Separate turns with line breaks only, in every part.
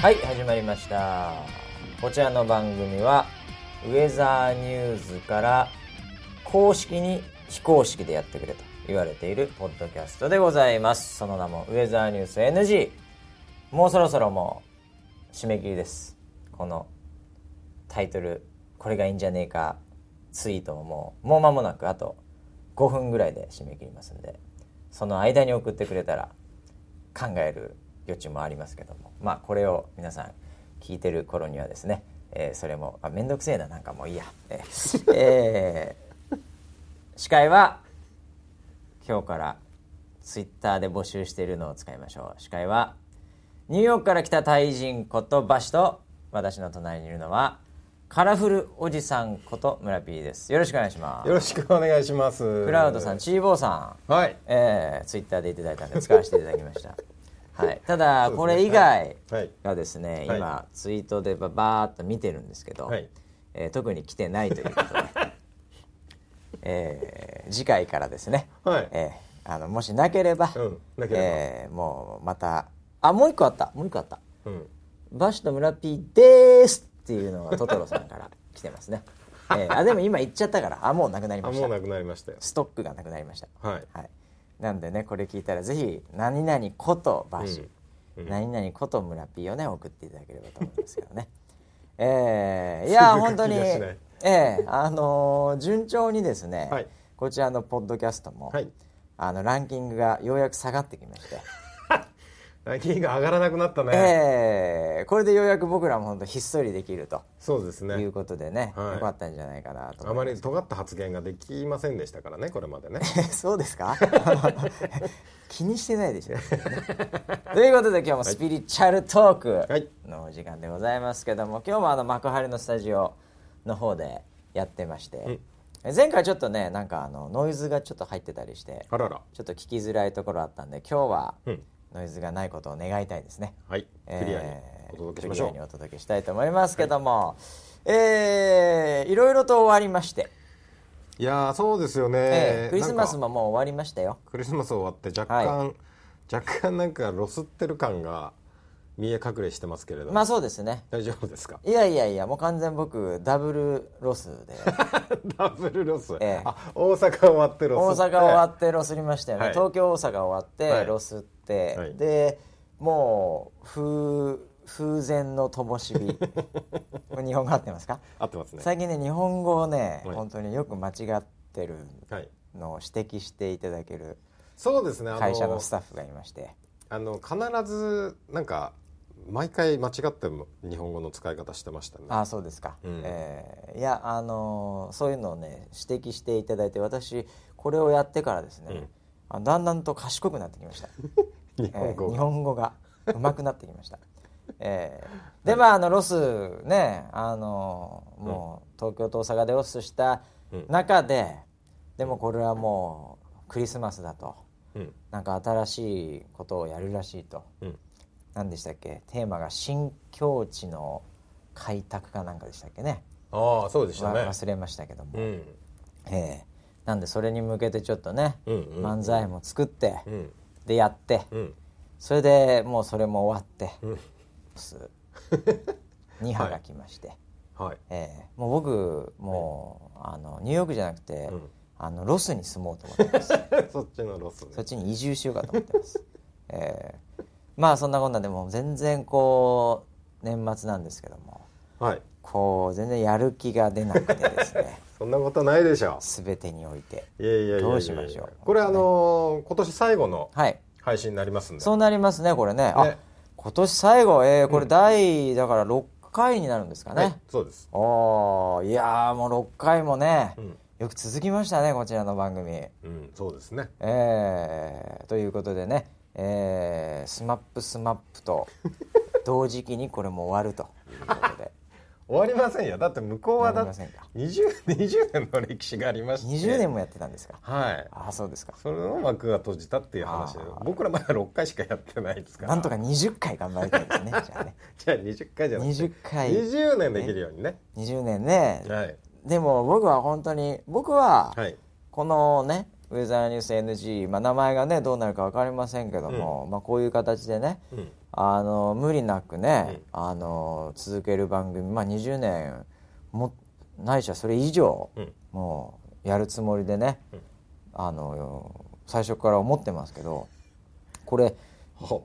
はい始まりましたこちらの番組はウェザーニューズから公式に非公式でやってくれと言われているポッドキャストでございますその名もウェザーニュース NG もうそろそろもう締め切りですこのタイトルこれがいいんじゃねえかツイートももうもう間もなくあと5分ぐらいで締め切りますんでその間に送ってくれたら考える余地もありますけどもまあこれを皆さん聞いてる頃にはですね、えーそれもあ面倒くせえななんかもういいや、えーえー司会は今日からツイッターで募集しているのを使いましょう司会はニューヨークから来たタイ人ことバシと私の隣にいるのはカラフルおじさんこと村 P ですよろしくお願いします
よろしくお願いします。
クラウドさん、チーボーさん、
はい
えツイッター Twitter でいただいたんで使わせていただきま した。はい、ただ、これ以外
はい
がですね、
はい
今ツイートでばばーっと見てるんですけど、
はい
えー特に来てないということで、 えー次回からですね、
はい
えーあのもしなければ、
うんなければ
えーもうまたあもう一個あったもう一個あった
うん。
バシと村ピーでーすっていうのがトトロさんから来てますね。えーあでも今言っちゃったからあもうなくなり
あ
ました
もうなくなりましたよ。
ストックがなくなりました。
はい
なんでねこれ聞いたらぜひ何々ことバシ、何々こと村ピーをね送っていただければと思いますけど ね。えーいや
すぐ
本当に
書き出しない
ええあのー順調にですね、
はい
こちらのポッドキャストも、
はい
あのランキングがようやく下がってきまして、
ランキングが上がらなくなったね。
えーこれでようやく僕らも本当ひっそりできると。
そうです
い
ね
う。ことでね、
はい
よかったんじゃないかなと思い
あ
ま
ますり尖った発言ができませんでしたからねこれまでね。
え そうですか気にしてないでしょ、ということで今日もスピリチュアルトー
はい
クのお時間でございますけども今日もあの幕張のスタジオの方でやってまして、前回ちょっとねなんかあのノイズがちょっと入ってたりして
あらら。
ちょっと聞きづらいところあったんで今日は
うん
ノイズがないことを願いたいですね。
はい。クリアにお届けしまし
えークリア
ょ
にお届けしたいと思いますけども、えーいろいろと終わりまして、
う。いやーそうですよ
え
ね
ー。クリスマス
なんか
ももう終わりましたよ。
クリスマス終わって若干若干なんかロスってる感が見え隠れしてますけれど
ま。あそうですね
大丈夫ですか。
いやいやいやもう完全僕ダブルロスで
ダブルロス。
ええ
あ大阪終わって
大
ロスって。
阪終わってロスりましたよね、
はい
東京大阪終わって、
はい
ロスって、
はい
でもう風風前の灯 火これ日本語合ってますか、
合ってますね。
最近ね日本語をね、
はい
本当によく間違ってる
はい。
のを指摘していただける
そうですね。あの
会社のスタッフがいまして
あの必ずなんか毎回間違っても日本語の使い方してましたね。
ああそうですか、
うん
えーいやあのーそういうのをね指摘していただいて私これをやってからですね、あだんだんと賢くなってきました、
日
え
本
ー
語
日本語が上手くなってきました、えーでまああのロスねあのーもう東京と大阪でロスした中で、でもこれはもうクリスマスだと
うん
なんか新しいことをやるらしいと。
うん
何でしたっけテーマが新境地の開拓かなんかでしたっけね
ああそうでした
わ
ね。
忘れましたけども、
うん
ええなんでそれに向けてちょっとね、
うんうん
漫才も作って、
うん
でやって、
うん
それでもうそれも終わって、
うん
す二2波が来まして、
はい
ええもう僕もう、あのニューヨークじゃなくて、
うん
あのロスに住もうと思ってます
そっちのロスね
そっちに移住しようかと思ってます、ええまあそんなこんなでもう全然こう年末なんですけども
はい
こう全然やる気が出なくてです ね
そんなことないでしょ
全てにおいて
う。いやいやいやいや
どうしましょう
これあのー今年最後の
はい
配信になりますんで。
そうなりますねこれねあ
ね
今年最後えーこれ第、だから6回になるんですかね、
はいそうです。
おーいやーもう6回もね、
うん
よく続きましたねこちらの番組
うんそうですね。
えーということでねえー、スマップスマップ と同時期にこれも終わるということ で
終わりませんよ。だって向こうはだ
なりま
っ
せん
て
か
20 20年の歴史がありまして。
20年もやってたんですか
はい。
ああそうですか
それの幕が閉じたっていう話で
あ
僕らまだ6回しかやってないですから
なんとか20回頑張りたいですねじゃあね
じゃあ20回じゃなくて
20回
20年できるようにね
20年ね
はい
でも僕は本当に僕は
はい
このね、ウェザーニュース NG、まあ、名前がねどうなるか分かりませんけども、まあ、こういう形でね、
うん
あの無理なくね、あの続ける番組、まあ、20年もないしはそれ以上、
うん
もうやるつもりでね、あの最初から思ってますけどこれ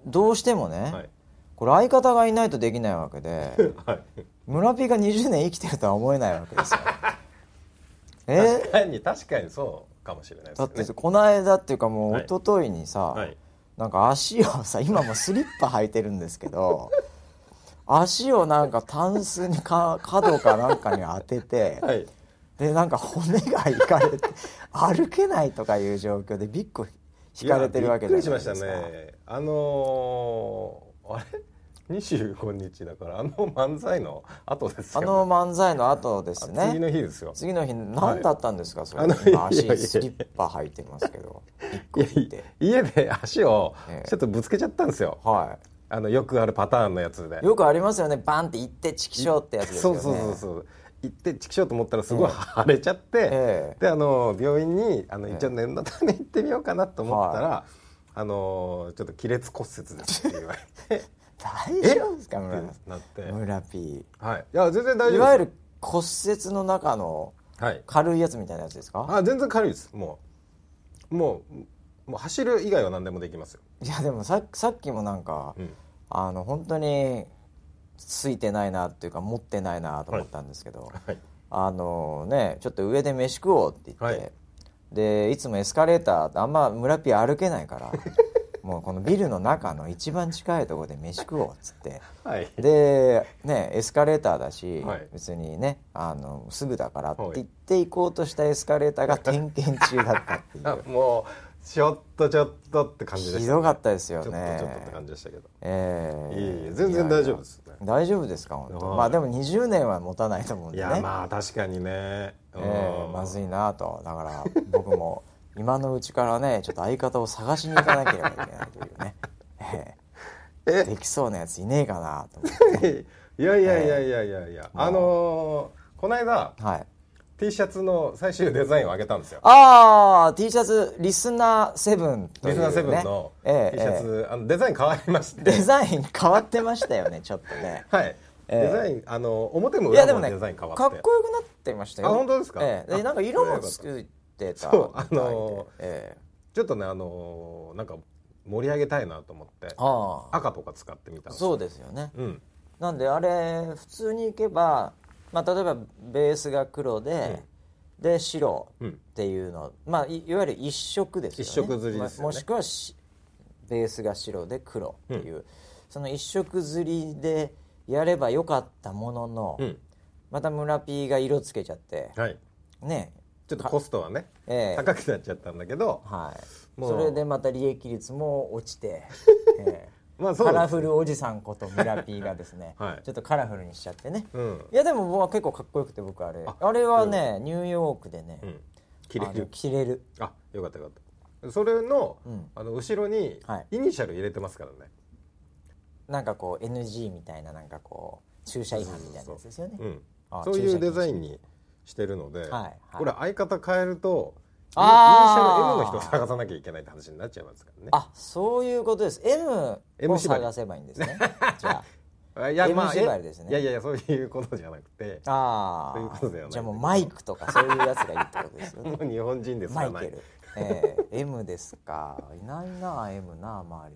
どうしてもね、
はい
これ相方がいないとできないわけで
はい
村ピーが20年生きてるとは思えないわけ ですよ。え
確かに確かにそうかもしれないです
だ
よ
っ
ね
てこの間っていうかもう
はい
一昨日にさ、
はい
なんか足をさ 今もうスリッパ履いてるんですけ ど足をなんかタンスにか角かなんかに当てて、
はい
でなんか骨がいかれて歩けないとかいう状況でビッグ引かれてるわけじゃないですか
いやびっくりしましたねあのー、あれ25日だからあの漫才の後です
あの
よ、ね、
漫才の後ですね
次の日ですよ
次の日何だったんですか、それ
あの
今
いやいやい
足
や
スリッパ履いてますけどビッグ
いや
引いて
家で足を
ええ
ちょっとぶつけちゃったんですよ、
は
あのよくあるパターンのやつで
いよくありますよねバンって行ってチキショーってやつです
そ
よ
う
ね
そうそうそう行ってチクしようと思ったらすごい腫れちゃって、
ええ
であの病院にあの一応念のため行ってみようかなと思ったら、
は
あのちょっと亀裂骨折ですって言われ て
大丈夫ですか村
ってなって
ピ村 P
はいいや全然大丈夫です
いわゆる骨折の中の
はい
軽いやつみたいなやつですか
あ全然軽いですもうもうもう走る以外は何でもできますよ、
いやでもささっきもなんか、
うん
あの本当についてないなっていうか持ってないなと思ったんですけど、
はい、
あのねちょっと上で飯食おうって言って、
はい
でいつもエスカレーターあんま村ピー歩けないからもうこのビルの中の一番近いところで飯食おうっつって
はい、
で、ね、エスカレーターだし、
はい
別にねあのすぐだからって
はい
言って行こうとしたエスカレーターが点検中だったってい
あ
う
もうちょっとちょっとって感じで
ひ
した
どかったですよ
ちょっと
ね
ちょっとって感じでしたけど、
ええ
いえいえ全然大丈夫ですね
いやいや大丈夫ですか本当
はい
まあでも20年は持たないと思うん
い
でね
やまあ確かにね、うん
ええまずいなとだから僕も今のうちからねちょっと相方を探しに行かなければいけないという ね、ええ
え
できそうなやついねえかなと思っ
いやいやいやいやいやいや、あのーこの間
てはい
T シャツの最終デザインを上げたんですよ
ああ T シャツリスナーセブンとい
リ
う、
ス
ね、
ナーセブンの T シ
ええ
ャ
ええ
ツ、あのデザイン変わりまして
デザイン変わってましたよねちょっとね
はい、
ええ
デザインあの表も
いやでも
裏も
ね
デザイン変わって
かっこよくなってましたよ
あ本当ですか
ええで
あ
なんか色もついてた
そうあのー
みたいでええ
ちょっとねあのーなんか盛り上げたいなと思って
ああ
赤とか使ってみたんです
そうですよね
うん
なんであれ普通に行けば、まあ、例えばベースが黒で、で白っていうの、まあ、いいわゆる一色ですよね
一色刷りですよね
もしくはしベースが白で黒っていう、その一色刷りでやればよかったものの、
うん
また村 P が色つけちゃって、
はい
ね
ちょっとコストはね、
ええ
高くなっちゃったんだけど
はい、
もう
それでまた利益率も落ち て、ええ
まあそうですね
カラフルおじさんこと村 P がですね、
はい
ちょっとカラフルにしちゃってね、
うん
いやでも僕は結構かっこよくて僕あれあ
あ
れはね、ニューヨークでね、
うん切れ
あの
る
着れる
あよかったよかったそれの,、
うん
あの後ろに
はい
イニシャル入れてますからね、
なんかこう NG みたいななんかこう駐車違反みたいなやつですよね
うん
あ、
そういうデザイ
駐車禁止
ンにしてるので、
はい
これ相方変えるとイニシ
あ
ャ
ー
ル M の人を探さなきゃいけないって話になっちゃいますからね
あそういうことです M
M
を
縛り
探せばいいんです ねじゃ
あい
M 縛りですね
いやいやいやそういうことじゃなくて
ああ
そういうことではな
あ
い
じゃあもうマイクとかそういうやつがいいってことですよね
もう日本人です
マ
ら
イ
ない
ケル、ええ M ですかいないな M な周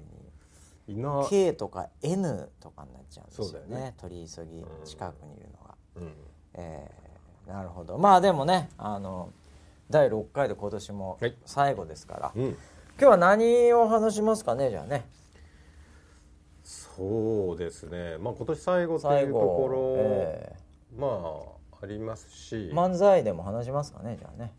りに
いな
K とか N とかになっちゃうんですよ
そう
ね
だよ
取り急ぎ近くにいるのが、
うん
ええなるほどまあでもねあの第6回で今年も
はい
最後ですから、
うん
今日は何を話しますかねじゃあね
そうですねまあ今年最後とい
最
うと
後
ころ、
え
まあありますし
え、漫才でも話しますかねじゃあね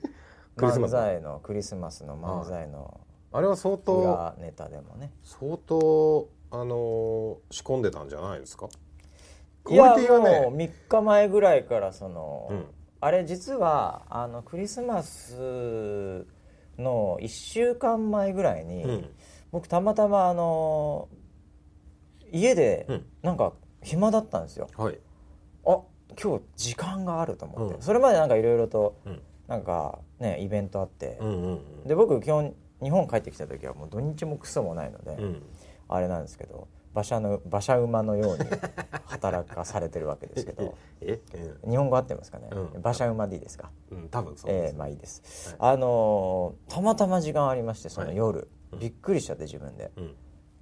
クリスマ
漫
ス
才のクリスマスの漫才の
あれは相当
裏ネタでもね、
相当あのー仕込んでたんじゃないですかク
い
オ
や
リティが
もう
ね
3日前ぐらいからその、
うん
あれ実はあのクリスマスの1週間前ぐらいに、
うん
僕たまたまあの家で
うん
なんか暇だったんですよ、
はい
あ今日時間があると思って、
うん
それまでなんかいろいろと
うん
なんかねイベントあって、
うんうん
で僕基本日本帰ってきた時はもう土日もクソもないので、
うんうん
あれなんですけど馬車の馬車馬のように 働かされてるわけですけど
ええ
日本語合ってますかね、
うん
馬車馬でいいですか
うん多分そう
え
で
え
す
まあいいです、あのーたまたま時間ありましてその夜、
うん
びっくりしちゃって自分で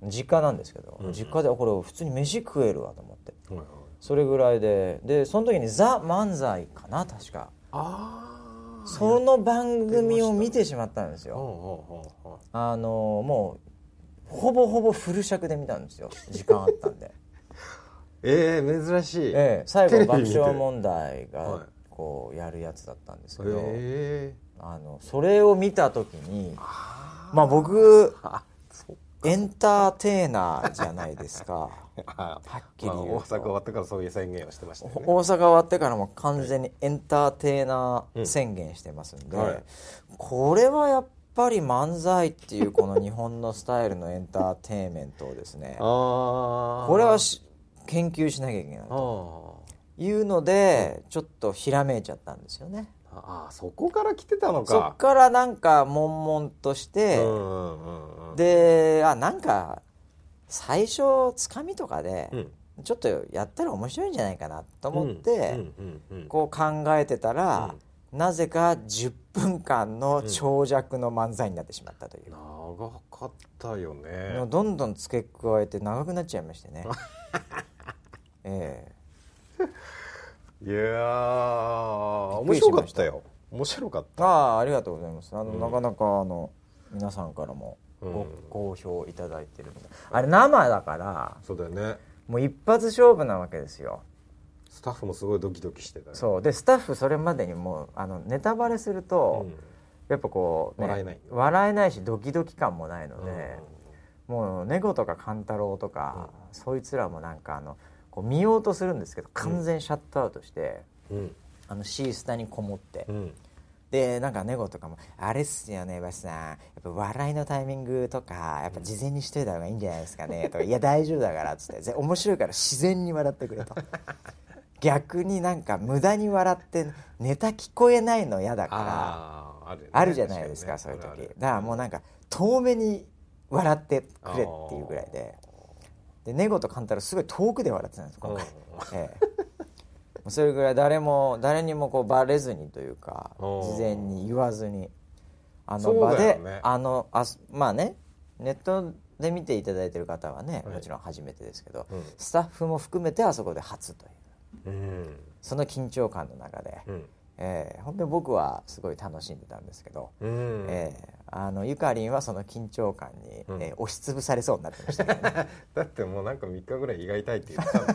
うん
実家なんですけど、
うん
実家でこれ普通に飯食えるわと思って
はいはい
それぐらいででその時に「ザ・漫才」かな確か
ああ
その番組を見てしまったんです
う
よ
んうんうんうん
あのーもうほぼほぼフル尺で見たん ですよ時間あったんで、
ええ珍しい
ええ最後爆笑
も
問題
はい
がこうやるやつだったんですけど、
ええ
あのそれを見た時に
あ
まあ僕
ーあそう
エンターテイナーじゃないです か
は
はっきり言うと
大阪終わってからそういう宣言をしてましたよね
大阪終わってからも完全にエンターテイナー宣言してますんで、
うんはい
これはやっぱり漫才っていうこの日本のスタイルのエンターテインメントをですね
ああ
これはし研究しなきゃいけない
あ
と
ー
いうのでちょっとひらめいちゃったんですよね。
あーそこから来てたの
そっ
か
からなんか悶々として、
うんうんうんうん
であなんか最初つかみとかで
う、ん
ちょっとやったら面白いんじゃないかなと思って、
うんうんうん
こう考えてたら、なぜか10分間の長尺の漫才になってしまったという、
長かったよね
どんどん付け加えて長くなっちゃいまして ねえ
いやー
びっくり
面
し
白か
ま
っ
した
たよ面白かっ
えああありがとうございますあの、なかなかあの皆さんからも
うん
ご好評いただいてるんで、あれ生だから
たそうだよね
もう一発勝負なわけですよ
スタッフもすごいドキドキしてたよ
そうでスタッフそれまでにもうあのネタバレすると、
ん
やっぱこう、
笑えない
笑えないしドキドキ感もないので、
う
もう猫とか勘太郎とか、そいつらもなんかあのこう見ようとするんですけど完全シャットアウトして、
んうん
あのシースタにこもって、
うん
でなんか猫とかも「あれっすよねバシさんやっぱ笑いのタイミングとかやっぱ事前にしといた方がいいんじゃないですか ね」とか「いや大丈夫だから」っつってぜ「面白いから自然に笑ってくれ」と。逆になんか無駄に笑ってネタ聞こえないの嫌だから。
あーあるよね
あるじゃないですかそういう時
確にね
だからもうなんか遠目に笑ってくれっていうぐらいででネゴとカンタロウすごい遠くで笑ってたんです今回、ええ、それぐらい誰も誰にもこうバレずにというか
うん
事前に言わずにあの
そうだ
場
よ
で、
ね
あのあすまあねネットで見ていただいてる方はね、
はい
もちろん初めてですけど、
うん
スタッフも含めてあそこで初という
うん
その緊張感の中で、
うん
ええ、本当に僕はすごい楽しんでたんですけど、
うん
ええあのゆかりんはその緊張感に、
うん
えー押しつぶされそうになってましたけどね
だってもうなんか3日ぐらい胃が痛いって言ってたもん ね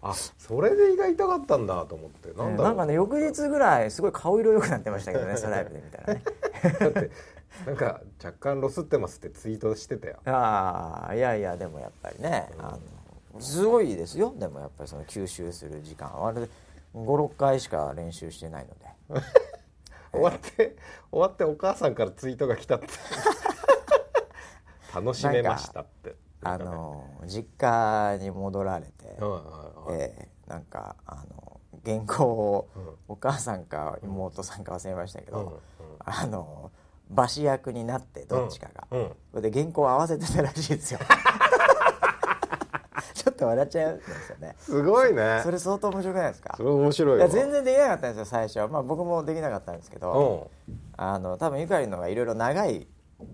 あそれで胃が痛かったんだと思ってなんだろ
え
う
ーなんかね翌日ぐらいすごい顔色良くなってましたけどねそのライブで見たらね
だってなんか若干ロスってますってツイートしてたよ
ああいやいやでもやっぱりね、あのすごいですよでもやっぱりその吸収する時間あれ56回しか練習してないので
終わって終わってお母さんからツイートが来たって楽しめましたって
あの実家に戻られて、
うんうんうん
えーなんかあの原稿を
うん
お母さんか妹さんか忘れましたけど、
うんうん
あの馬子役になってどっちかが、
うん
それで原稿を合わせてたらしいですよ ちょっと笑っちゃうんですよね
すごいね
それ相当面白くないですか
それ面白い
い
わ
や全然できなかったんですよ最初まあ僕もできなかったんですけ
う
ど、
ん
あの多分ゆかりのがいろいろ長い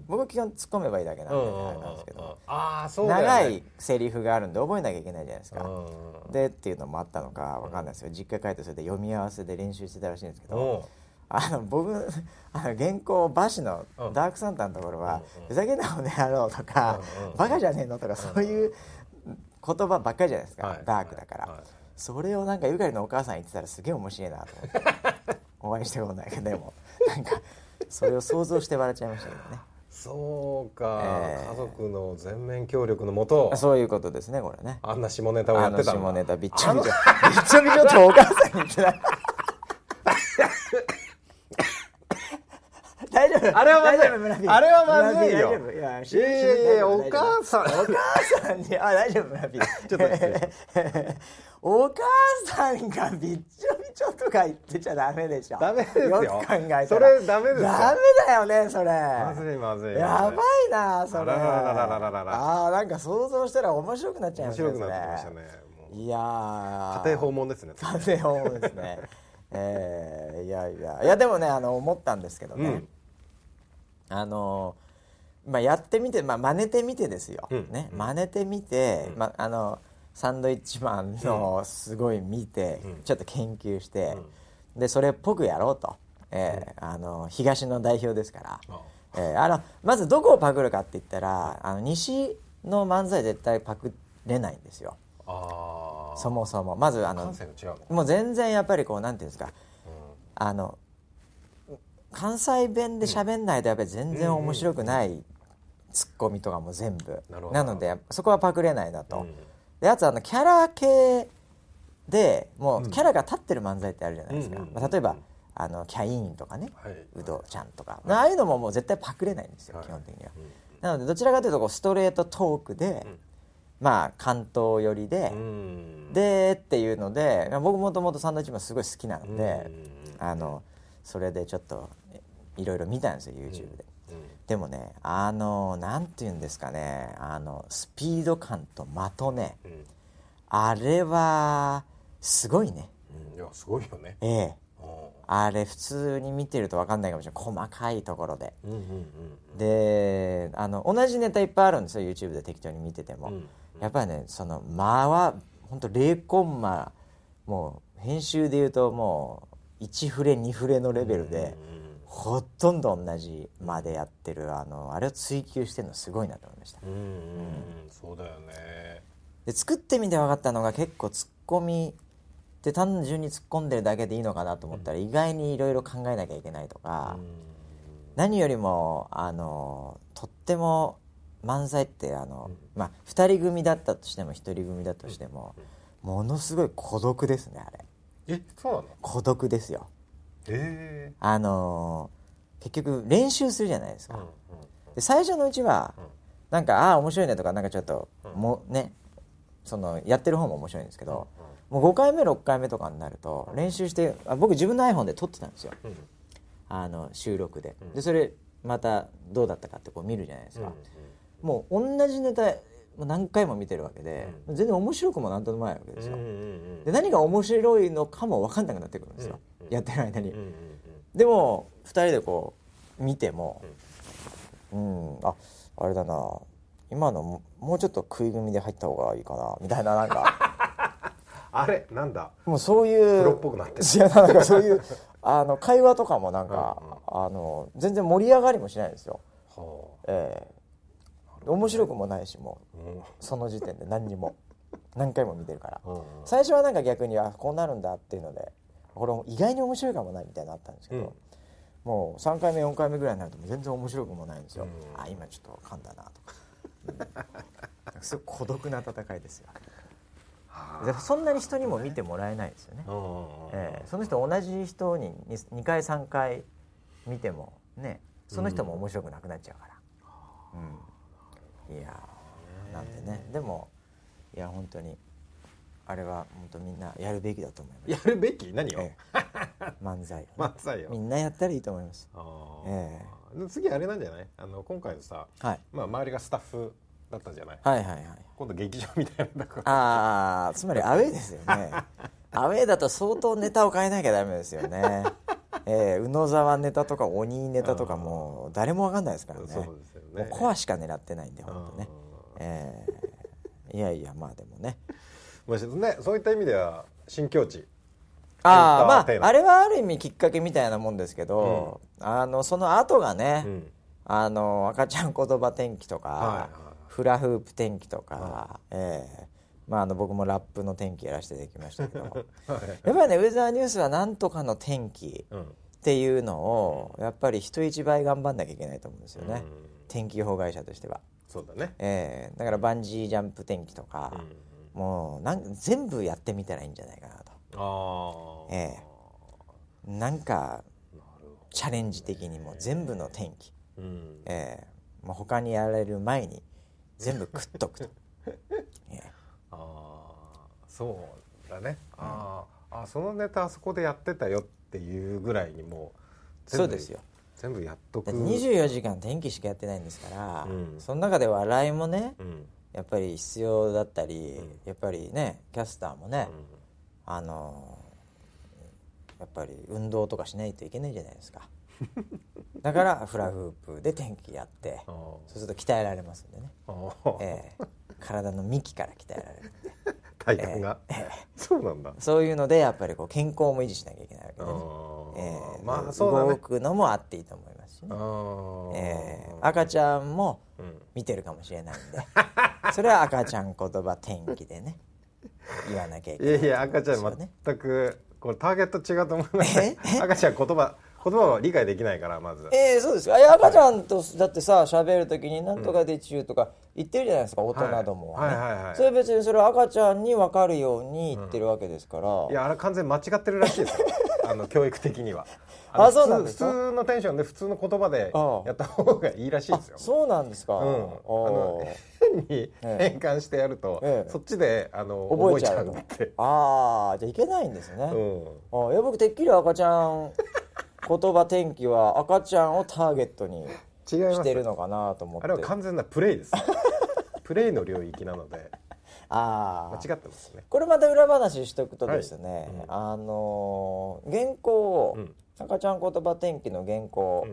僕は基本突っ込めばいいだけなん
う
で、
んうん
あれ
うん
なんですけ
う
ど
んああそうだ
長
よね
いセリフがあるんで覚えなきゃいけないじゃないですか、
うん
でっていうのもあったのかわかんないですよ実家帰ってそれで読み合わせで練習してたらしいんですけ
うんう
ど、あの僕あの原稿馬氏の
うん
ダークサンタのところは「ふざけんなこの野郎」とか
うん
「
うん
バカじゃねえの」とかそういう言葉ばっかりじゃないです
は
か
い
ダークだか
はい
ら
はい
それをなんかゆかりのお母さん言ってたらすげえ面白いなと思ってお会いしたことないけどでもなんかそれを想像して笑っちゃいましたけど ね
そうか、
えー
家族の全面協力のもと
そういうことですねこれね
あんな下ネタをや
あ
っ
の
てたんだ
下ネタびっちょびちょびっちょびちょってお母さんに 言ってない大丈夫
あれはまずい
大丈夫村 P
あれはまずいよ
村 P 大丈夫いや死
い
ぬ
やい
死ぬ
や
大丈
いや
夫
お母さん
お母さんにあ大丈夫村 P
ちょっと失礼し
お母さんがびっちょびちょとか言ってちゃダメでしょ
ダメですよ
よく考えたら
それダメですよ
ダメだよねそれ
まずいまずい
やばいなそれ
あららららららら
あーなんか想像したら面白くなっちゃいま
面
したね
白くなってきました
そ
ねも
れ
う
いやー
家庭訪問ですね
家庭訪問ですね えーいやいやいやでもねあの思ったんですけどね、
うん
あのまあやってみてまあ真似てみてですよ、
うん
ね真似てみて、まああのサンドイッチマンのすごい見て、ちょっと研究して、でそれっぽくやろうと、えーあの東の代表ですから、
あ
えーあのまずどこをパクるかって言ったらあの西の漫才絶対パクれないんですよ
あ
そもそもまずあの
感性の違うの
もう全然やっぱりこうなんていうんですかあの関西弁で喋んないとやっぱり全然面白くないツッコミとかも全部
なるほど
なのでそこはパクれないなと、
うん
であとあのキャラ系でもうキャラが立ってる漫才ってあるじゃないですか、
うんうんうん
まあ、例えばあのキャインとかね、
はいう
どちゃんとか、ああいうのももう絶対パクれないんですよ、
はい
基本的には、なのでどちらかというとこうストレートトークで、まあ関東寄りで、
うん
でっていうので僕もともとサンドウィッチマンすごい好きなので、
う
あのそれでちょっといろいろ見たんですよ YouTube で、
うん
でもねあのなんて言うんですかねあのスピード感と的ね
うん
あれはすごいね
うんいやすごいよね
ええ
うん
あれ普通に見てると分かんないかもしれない細かいところで
うんうん
であの同じネタいっぱいあるんですよ YouTube で適当に見てても、
うん
やっぱりねその間は本当0コンマもう編集で言うともう1フレ2フレのレベルで、ほとんど同じ間でやってるあのあれを追求してるのすごいなと思いました
うんうんうんうんそうだよね
で作ってみて分かったのが結構ツッコミって単純に突っ込んでるだけでいいのかなと思ったら、意外にいろいろ考えなきゃいけないとか、何よりもあのとっても漫才ってあの、まあ、2人組だったとしても1人組だとしても、ものすごい孤独ですねあれ
えそうなの
孤独ですよ
え
あの結局練習するじゃないです
えう
か、
ん
で最初のうちは、なんかああー面白いねとかなんかちょっと、もうねそのやってる方も面白いんですけど、もう5回目6回目とかになると練習してあ僕自分の iPhone で撮ってたんですよ、
うん
あの収録で,、でそれまたどうだったかってこう見るじゃないです
うんう
か、
ん
もう同じネタもう何回も見てるわけで、全然面白くもなんともないわけですよ、
うんうん
で何が面白いのかも分かんなくなってくるんですよ、やってる間に、
うんうん
でも2人でこう見てもうん、ああれだな今のももうちょっと食い組みで入った方がいいかなみたいななん か
あれなんだ
もうそういう
プロっぽくなってる
いやなんかそういうあの会話とかもなんか、あの全然盛り上がりもしないんですよ、
は
ええ面白くもないしもう
あうん
その時点で何にも何回も見てるから
うんうん
最初はなんか逆にあこうなるんだっていうのでこれも意外に面白いかもないみたいなのあったんですけど、
うん
もう3回目4回目ぐらいになるともう全然面白くもないんですよ、
うん
あ今ちょっと噛んだなとか、 うん、すごい孤独な戦いですよでそんなに人にも見てもらえないですよね、
うんうん
ええその人同じ人に 2, 回3回見てもねその人も面白くなくなっちゃうから、うんいやーなんてねでもいや本当にあれは本当みんなやるべきだと思います
やるべき何を
え え漫才をね
漫才
み
よ
んなやったらいいと思います
あ
え
ーで次あれなんじゃないあの今回のさ
はい
まあ周りがスタッフだったじゃない
はいはいはい
今度劇場みたいなとこ
ああつまりアウェーですよ ねアウェーだと相当ネタを変えなきゃダメですよねええ宇野沢ネタとか鬼ネタとかもう誰もわかんないですからね
そうですよ
もう
ね
コアしか狙ってないんで本当ね
うん
ええいやいやまあでもね
まあね、そういった意味では新境地
ああ
エンターテイ
ま
ナー
ああれはある意味きっかけみたいなもんですけど、あのその後がね、
うん
あの赤ちゃん言葉天気とか、
はい
フラフープ天気とか、ええまああの僕もラップの天気やらせていただきましたけ どやっぱりねウェザーニュースはなんとかの天気
うん
っていうのをやっぱり人一倍頑張んなきゃいけないと思うんですよね、
うん
天気予報会社としては。
そうだね
ええだからバンジージャンプ天気とか、もうなん全部やってみたらいいんじゃないかなと、
ああ、
ええなんか
なるほ
チャレンジ的にもう全部の天気、
うん
えーもう他にやられる前に全部食っと くと、えー
ああそうだねあーあそのネタあそこでやってたよっていうぐらいにもう全
そ
部
うですよ
全部やっとく
だって24時間天気しかやってないんですから、
うん
その中で笑いもね
うんうん
やっぱり必要だったり、
うん
やっぱりねキャスターもね、あのやっぱり運動とかしないといけないじゃないです かだからフラフープで天気やって
あー
そうすると鍛えられますんでね、
あー
ええ体の幹から鍛えられる
体感が、そうなんだ
そういうのでやっぱりこう健康も維持しなきゃいけないわけ
あ
でね、
ー
ええ
まあそうだ
動
ね
くのもあっていいと思いますしね、
あ
ええ
ー
赤ちゃんも
うん
見てるかもしれないんで それは赤ちゃん言葉天気でね言わなきゃいけな
い
い
やいや赤ちゃ
と思うんですよ
ん
ね
全くこれターゲット違うと思うな
え
赤ちゃん言葉言葉は理解できないからまず
えー、そうですかいや赤ちゃんとだってさ喋る時に「なんとかでちゅ」とか言ってるじゃないですか、大人どもは,、ね
はいはいはいはい
それ別にそれ赤ちゃんに分かるように言ってるわけですから、
いやあれ完全に間違ってるらしい ですよあの教育的には
あ
の
そうなん
普
で
通
すか
普通のテンションで普通の言葉で
ああ
やった方がいいらしいですよ
そうなんですか、
うん、あ
お
の
ー
変に変換してやると、
ええ
そっちであの
覚
覚
え
え
ち
ち
ゃ
ゃ
う
う
の
って、
ああじゃあいけないんですね、
うん、
あーいや僕てっきり赤ちゃ ん言葉天気は赤ちゃんをターゲットに
違いま
して
す
るのかなと思って
あれは完全なプレイです プレイの領域なので
あ
間
ー
違ってますね
これまた裏話しとくとですね、
はいうん
あのー原稿を、
うん
赤ちゃん言葉天気の原稿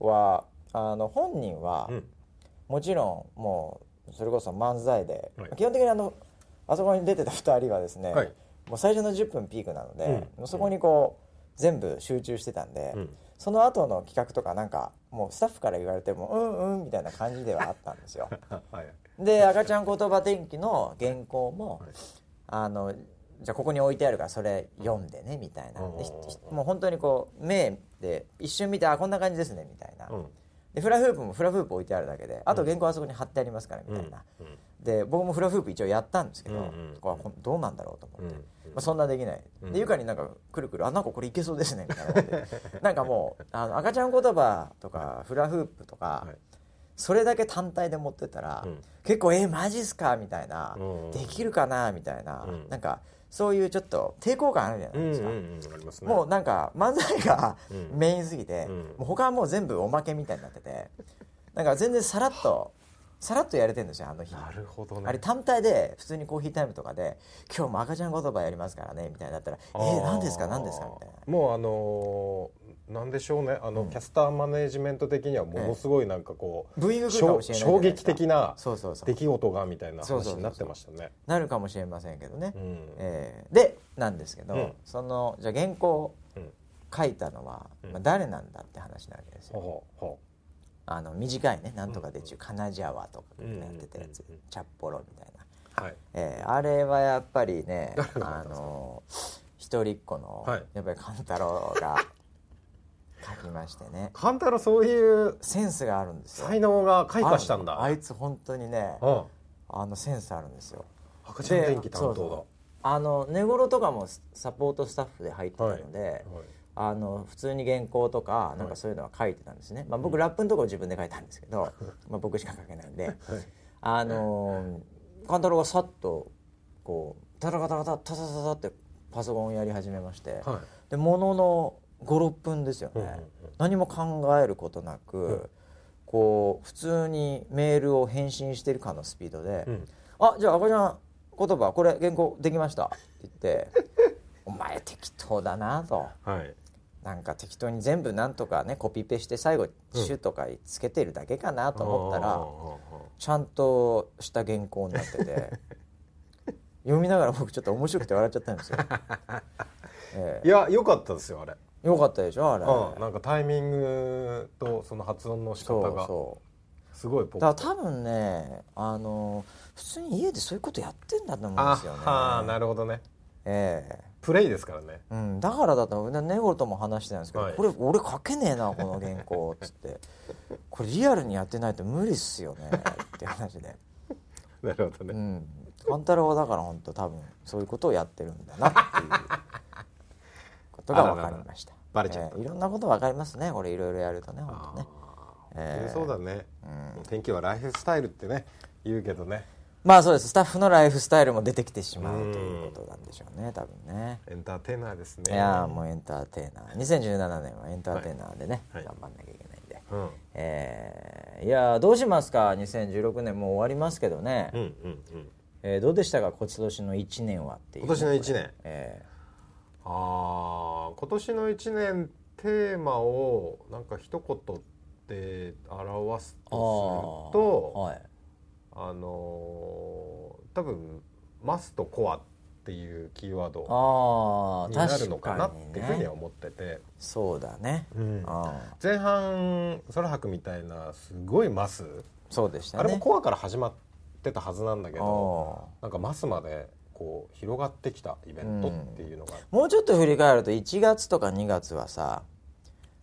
うん
は、あの本人は、
うん
もちろんもうそれこそ漫才で、
はい
基本的にあのあそこに出てた2人はですね、
はい
もう最初の10分ピークなので、
うん
もうそこにこう全部集中してたんで、
うん
その後の企画とかなんかもうスタッフから言われてもうんうんみたいな感じではあったんです よ。
あはい
で赤ちゃん言葉天気の原稿も、
はい
あのじゃあここに置いてあるからそれ読んでねみたいな、
うん
でひひもう本当にこう目で一瞬見てあこんな感じですねみたいな、
うん
でフラフープもフラフープ置いてあるだけであと原稿はそこに貼ってありますからみたいな、
うん
で僕もフラフープ一応やったんですけど、
うんうん
これはどうなんだろうと思って、
うん
まあ、そんなできない、
うん
でゆかになんかくるくるあなんかこれいけそうですねみたいなことで なんかもうあの赤ちゃん言葉とかフラフープとか、
はい
それだけ単体で持ってたら、
うん
結構「えマジっすか?」みたいな、
うん
できるかな?」みたいな、
うん
なんかそういうちょっと抵抗感あるじゃない
うん
で
う
す
ん
か。
うんありますね
もうなんか漫才が
うん
メインすぎて、
うん
もう他はもう全部おまけみたいになっててなんか全然さらっとさらっとやれてるんですよあの日
なるほどね
あれ単体で普通にコーヒータイムとかで「今日も赤ちゃん言葉やりますからね」みたいになったら「え
あー
ー、何ですか何ですか?」みたいな。
もうあのーなんでしょうねあの、
うん
キャスターマネージメント的にはものすごいなんかこう、
ブーイング来るか
衝
もしれないじゃな
衝
いです
撃
か
的な
そうそうそう
出来事がみたいな
そうそうそう
話になってましたね。
なるかもしれませんけどね、
うん
えーでなんですけど、
うん
そのじゃあ原稿
うん
書いたのは、
うん
まあ、誰なんだって話なわけですよ、
ほうほ
あの短いね「なんとかでちゅう」「カナジャワ」とかやってたやつ
うんうんうん
「チャッポロ」みたいな、
うはい。
えーあれはやっぱりね
誰が書
あ
いたんですか
の一人っ子の、
はい
やっぱり勘太郎が書きましてね
カンタロそういう
センスがあるんですよ
才能が開花したん
あ
だ。
のあいつ本当にね
うん
あのセンスあるんですよ
赤ちゃん電気担
でそうそ
当
うあの寝頃とかもスサポートスタッフで入ってたので、
だ。はい
あの普通に原稿とかなんかそういうのは書いてたんですね、まあ、僕ラップのところ自分で書いたんですけど、まあ、僕しか書けないんで、あのー勘太郎がさっとこうタラカタラタタタタタってパソコンをやり始めまして、
はい
でものの56分ですよね、
うんうんうん
何も考えることなく、こう普通にメールを返信してるかのスピードで「
うん
あじゃあ赤ちゃん言葉これ原稿できました」って言って「お前適当だな」と。
はい。
なんか適当に全部なんとかねコピペして最後「シュ」とかつけてるだけかなと思ったら、
あー
ちゃんとした原稿になってて 読みながら僕ちょっと面白くて笑っちゃったん ですよ。え
いや良かったですよあれ。
えよかったでしょあれ。
うんなんかタイミングとその発音の仕
そ
方
う
が
そ
すごいポ
う
ッ
だから多分ねあの普通に家でそういうことやってんだと思うん
あ
ですよね。
はあなるほどね。
ええ
プレイですからね。
うん、だからだとねネゴルとも話してたんですけど、
はい
これ俺書けねえなこの原稿っつってこれリアルにやってないと無理っすよねって話で、
なるほどね。
うん、万太郎はだから本当多分そういうことをやってるんだなっていうことが分かりました。
バレちゃっ
え
た、
ーいろんなこと分かりますねこれいろいろやるとね
あ
本当ね
ー
えー
そうだね、もう天気はライフスタイルってね言うけどね
まあそうですスタッフのライフスタイルも出てきてしまうということなんでしょうね多分ね
エンターテイナーですね
いやーもうエンターテイナー2017年はエンターテイナーでね、
はい
頑張んなきゃいけないんで、
うん
えーいやーどうしますか2016年もう終わりますけどね、
うんうんうん
えーどうでしたか今年の1年はっていう
今年の1年
え
ああ今年の1年テーマをなんか一言で表す
ー、あー
とすると
はい、
あ、のー多分「マスとコア」っていうキーワード
ああ
になる
確
の
か
か
に
なっていうふうに
ね
は思ってて、
そうだね、
うん
あー
前半「空白」みたいなすごいマス、
そうでしたね
あれもコアから始まってたはずなんだけど
あー
なんかマスまでこう広がってきたイベントっていうのが、
もうちょっと振り返ると1月とか2月はさ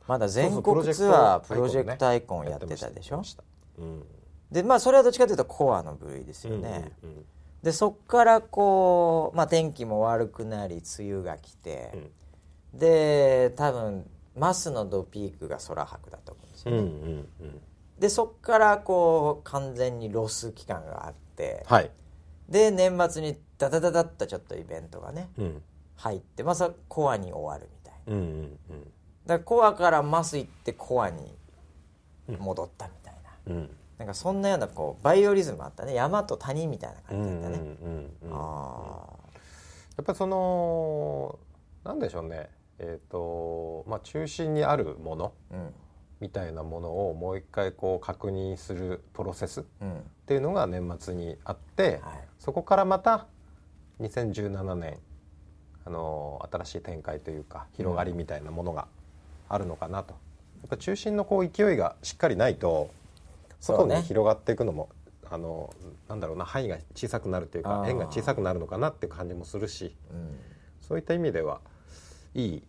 まだ全国ツアープロジェクトアイコンやってたでしょ
うん
でまあそれはどっちかというとコアの部類ですよね、
うんうんうん
でそっからこう、まあ、天気も悪くなり梅雨が来て、で多分マスのドピークが空白だと思うんですよ、
うんうんうん
でそっからこう完全にロス期間があって、
はい、
で年末にダダダダッとちょっとイベントがね
うん、
入ってまあそれコアに終わるみたいな。
うんうんう
だ
ん
からコアからマス行ってコアに戻ったみたいな、
うん
なんかそんなようなこうバイオリズムあったね山と谷みたいな
う
感じだっ
ん
たね、
うんうんや
あ
っぱりそのなんでしょうねえっ、とまあ中心にあるもの
あうん
みたいなものをもう一回こう確認するプロセスっ
うん
ていうのが年末にあって、
はい
そこからまた2017年あの新しい展開というか広がりみたいなものがあるのかなと、やっぱ中心のこう勢いがしっかりないと
そう
外
ね
に広がっていくのも、あのなんだろうな範囲が小さくなるという
あ
か
ー
円が小さくなるのかなっていう感じもするし
うん
そういった意味ではいい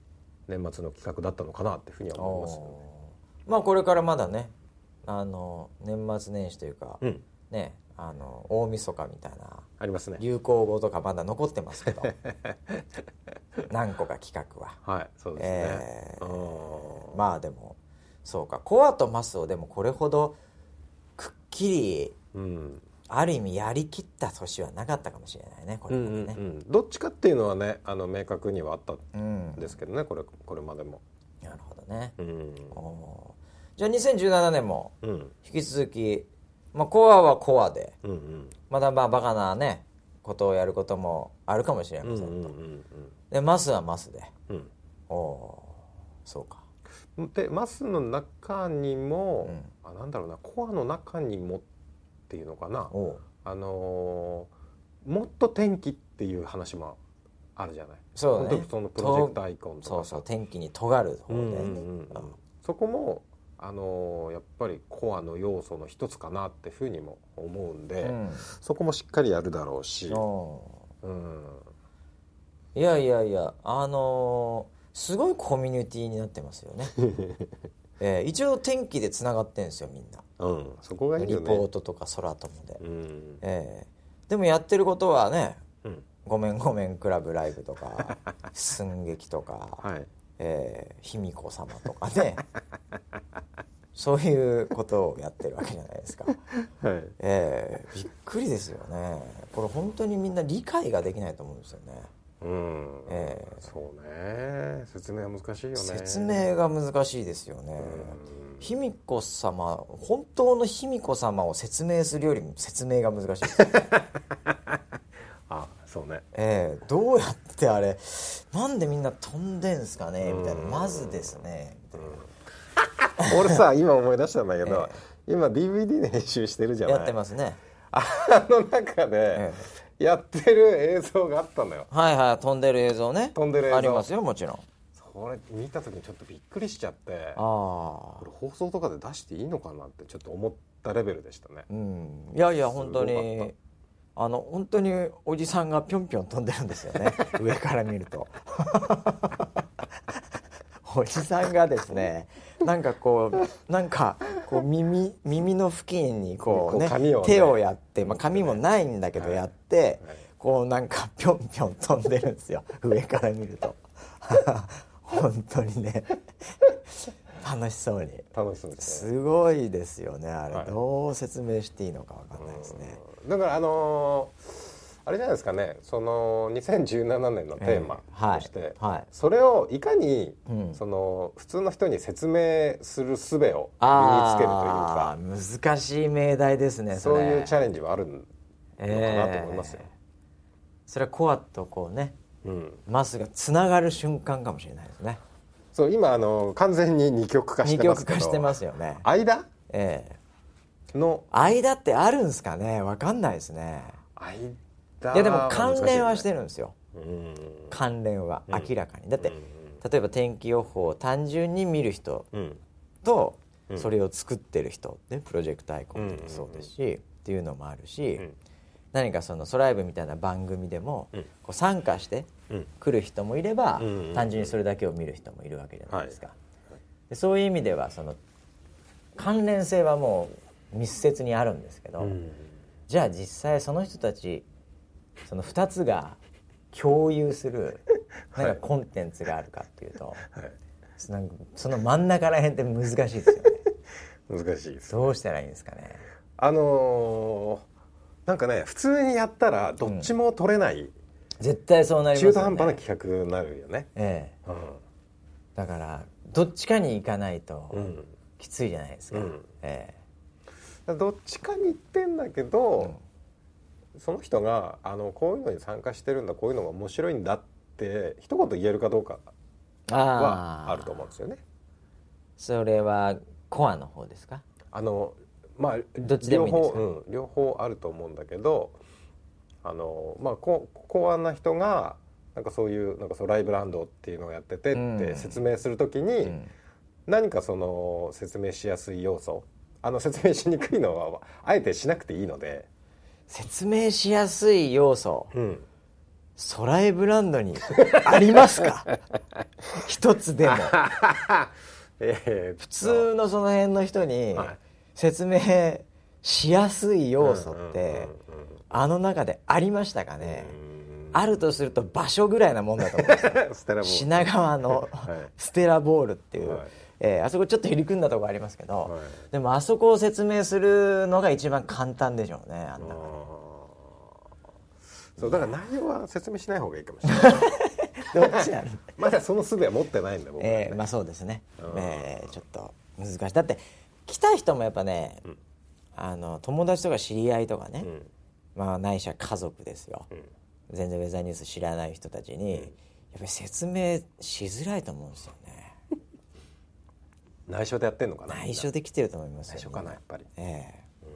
年末の企画だったのかなっていうふうには思いますよね。
おーまあこれからまだねあの年末年始というか、
うん、
ねあの大晦日みたいな
ありますね。
流行語とかまだ残ってます けど何個か企画は、
はい、そうですね。
え
う
ー
ん
まあでもそうかコアとマスをでもこれほどくっきり
うん
ある意味やりきった年はなかったかもしれないねこ
う
れ
ん
まで
うんう
ね。
ん、どっちかっていうのはねあの明確にはあったん
うん
ですけどねこれこれまでも。
なるほどね。
うん
おーじゃあ2017年も
うん
引き続き、まあ、コアはコアで
うんうん
まだまあバカなねことをやることもあるかもしれ
うんう
ま
ん
せん、
うん
でマスはマスで
うん
おおーそうか
うんでマスの中にも、あなんだろうなコアの中にもっていうのかな
おおー
あのーもっと天気っていう話もあるじゃない
そうだね
本当そのプロジェクトアイコンと
そ
か
うそう天気に尖る方
う
で、
んうんうんうん
うん
そこもあのーやっぱりコアの要素の一つかなっていうふうにも思うんで、そこもしっかりやるだろうし、
うんおー
うん、
いやいやいやあのーすごいコミュニティになってますよ ね、えー一応天気でつながってんですよみんな
うん、そこがいい
リ
よ
ポー
ね。
トとか空飛ぶで、
うん、
えーでもやってることはね
うん、
「ごめんごめんクラブライブ」と か「寸劇」とか、
はい。
えー卑弥呼様」とかねそういうことをやってるわけじゃないですか、
はい。
えーびっくりですよねこれ本当にみんな理解ができないと思うんですよね
うん、
え
そうね。説明は難しいよね。
説。明が難しいですよね
うん
卑弥呼様本当の卑弥呼様を説明するよりも説明が難しいですね、
あ、そうね。
ええどうやってあれなんでみんな飛んでんすかねみたいな
うん
まずですねみたい
俺さ、今思い出したんだけど、今 DVD で編集してるじゃ
な
ない。
やってますね
あの中
え
でやってる映像があったのよ。
はいはい飛んでる映像ね
飛んでる映像
ありますよもちろん
それ見た時にちょっとびっくりしちゃって、
あ
こ
あ
れ放送とかで出していいのかなってちょっと思ったレベルでしたね。
うんいやいや本当
すごかっ
にあの本当におじさんがぴょんぴょん飛んでるんですよ ね上から見ると おじさんがですねなんかこうなんかこう耳耳の付近にこうね
こう髪をね
手をやって、まあ、髪もないんだけどやって、
はい
こうなんかぴょんぴょん飛んでるんですよ上から見ると 本当にね 楽しそうに
楽しそうですね
すごいですよねあれ、
はい
どう説明していいのかわかんないですね、
うんだからあのーあれじゃないですかねその2017年のテーマ
ええはい
として、
はい
それをいかに、
うん
その普通の人に説明する術を身につけるという
あ
か
あー難しい命題ですねそ
そう
れ
いうチャレンジはあるのかなと思いますよ
え、それはコアとこうね
うん、
マスがつながる瞬間かもしれないですね
そう今あの完全に二極化し
二
てま
極
すけ
化
ど
してますよね
間
ええ
の
間ってあるんですかねわかんないですね
間
いやでも関連はしてるんですよ
る、うん
関連は明らかに、だって、
うん
例えば天気予報を単純に見る人
うん
と、
うん
それを作ってる人ねプロジェクトアイコンとかもそうですし、っていうのもあるし、
うん
何かそのソライブみたいな番組でも、
うん
こう参加して
うん
来る人もいれば、
うんうんうん
単純にそれだけを見る人もいるわけじゃないですか、
は
でそういう意味ではその関連性はもう密接にあるんですけど、
うん
じゃあ実際その人たちその2つが共有するなんかコンテンツがあるかっていうと、
はい
なんかその真ん中ら辺って難しいですよね
難しいです
どうしたらいいんですかね
あのーなんかね普通にやったらどっちも取れない、
絶対そうなりますよ
中
ね
途半端な企画になるよね、
ええ
う
だからどっちかに行かない
んう
と
ん、だか
きついじゃないですか、
うん
え
らどっちかに行ってんだけど、その人があのこういうのに参加してるんだこういうのが面白いんだって一言言えるかどうか
えあ
は
あ
あると思うんですよね。
それはコアの方ですか
あのまあ
どっちでもいいんですか
両方、うん、両方あると思うんだけどあのまあこ公安な人がなんかそういうなんかそうライブランドっていうのをやってて
うん
って説明するときに、
ん
何かその説明しやすい要素あの説明しにくいのはあえてしなくていいので、
説明しやすい要素
うん、
ソライブランドにありますか 一つでも
えー、普
普通のその辺の人に
はい
説明しやすい要素ってあの中でありましたかねあるとすると場所ぐらいなもんだ と思うんですよ
ステラボー
品川の
はい
ステラボールっていう、
はい
えーあそこちょっと入り組んだとこありますけど、
はい
でもあそこを説明するのが一番簡単でしょうねあんな
そうだから内容は説明しない方がいいかもしれない
どっちなんだ
まだその術は持ってないんで僕はね
えーまあそうですね、えーちょっと難しいだって来た人もやっぱね、あの友達とか知り合いとかね、
ん
まあないしは家族ですよ、全然ウェザーニュース知らない人たちに、やっぱり説明しづらいと思うんですよね
内緒でやってんのかな
内緒で来てると思いますよ
内緒かなやっぱり
ええ